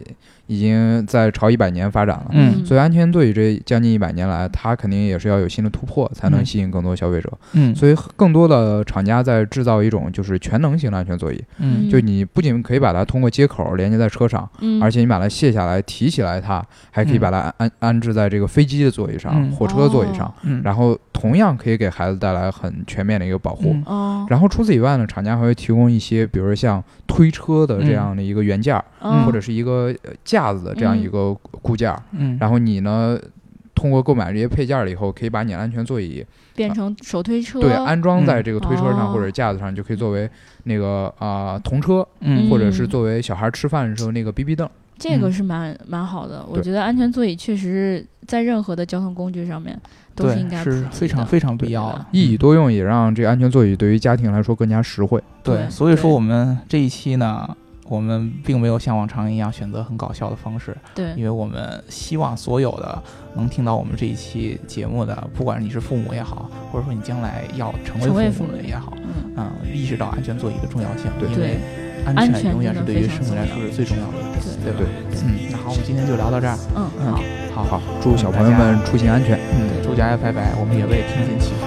[SPEAKER 3] 已经在朝一百年发展了。
[SPEAKER 2] 嗯
[SPEAKER 3] 所以安全座椅这将近一百年来，它肯定也是要有新的突破，才能吸引更多消费者。
[SPEAKER 2] 嗯
[SPEAKER 3] 所以更多的厂家在制造一种就是全能型的安全座椅，
[SPEAKER 2] 嗯
[SPEAKER 3] 就你不仅可以把它通过接口连接在车上，
[SPEAKER 1] 嗯，
[SPEAKER 3] 而且你把它卸下来提起来它，还可以
[SPEAKER 2] 嗯
[SPEAKER 3] 把它安安安置在这个飞机的座椅上、
[SPEAKER 2] 嗯
[SPEAKER 3] 火车座椅上
[SPEAKER 1] 哦，
[SPEAKER 2] 嗯，
[SPEAKER 3] 然后同样可以给孩子带来很全面的一个保护。
[SPEAKER 2] 嗯
[SPEAKER 1] 哦，
[SPEAKER 3] 然后除此以外呢，厂家还会提供一些，比如说像推车的这样的一个原件儿，
[SPEAKER 1] 嗯
[SPEAKER 3] 或者是一个呃架子的这样一个固件儿，
[SPEAKER 2] 嗯
[SPEAKER 3] 然后你呢，通过购买这些配件儿了以后，可以把你的安全座椅
[SPEAKER 1] 变成手推车，
[SPEAKER 3] 对安
[SPEAKER 2] 嗯
[SPEAKER 3] 装在这个推车上
[SPEAKER 1] 哦
[SPEAKER 3] 或者架子上，你就可以作为那个啊、童车，
[SPEAKER 2] 嗯
[SPEAKER 3] 或者是作为小孩吃饭的时候那个 BB 凳。
[SPEAKER 1] 这个
[SPEAKER 2] 嗯
[SPEAKER 1] 是蛮蛮好的。我
[SPEAKER 3] 对
[SPEAKER 1] 觉得安全座椅确实是在任何的交通工具上面都是应
[SPEAKER 2] 对
[SPEAKER 1] 该
[SPEAKER 2] 是
[SPEAKER 1] 普及
[SPEAKER 2] 非常
[SPEAKER 1] 的
[SPEAKER 2] 非常
[SPEAKER 3] 对
[SPEAKER 2] 必要嗯的，
[SPEAKER 3] 一椅多用也让这个安全座椅对于家庭来说更加实惠。
[SPEAKER 2] 对，
[SPEAKER 1] 对
[SPEAKER 2] 所以说
[SPEAKER 1] 对
[SPEAKER 2] 我们这一期呢。我们并没有像往常一样选择很搞笑的方式，因
[SPEAKER 1] 对
[SPEAKER 2] 为我们希望所有的能听到我们这一期节目的，不管你是父母也好，或者说你将来要成
[SPEAKER 1] 成为
[SPEAKER 2] 为
[SPEAKER 1] 父
[SPEAKER 2] 父母的
[SPEAKER 1] 母
[SPEAKER 2] 也好，
[SPEAKER 1] 嗯
[SPEAKER 2] 啊、意识到安全座椅的重要性，
[SPEAKER 3] 对
[SPEAKER 2] 因为
[SPEAKER 1] 对
[SPEAKER 2] 安
[SPEAKER 1] 安全
[SPEAKER 2] 永
[SPEAKER 1] 真
[SPEAKER 2] 远是
[SPEAKER 1] 的
[SPEAKER 2] 对于
[SPEAKER 1] 非常
[SPEAKER 2] 生命来
[SPEAKER 1] 重
[SPEAKER 2] 说
[SPEAKER 1] 要
[SPEAKER 2] 是最重要的，
[SPEAKER 1] 对
[SPEAKER 2] 对吧？
[SPEAKER 3] 对
[SPEAKER 2] 嗯，那好，我们今天就聊到这儿，
[SPEAKER 1] 嗯
[SPEAKER 2] 嗯
[SPEAKER 1] 好。
[SPEAKER 2] 好，
[SPEAKER 3] 好，祝小朋友们出行安全。
[SPEAKER 2] 嗯，祝大家拜拜，我们也为天津祈福。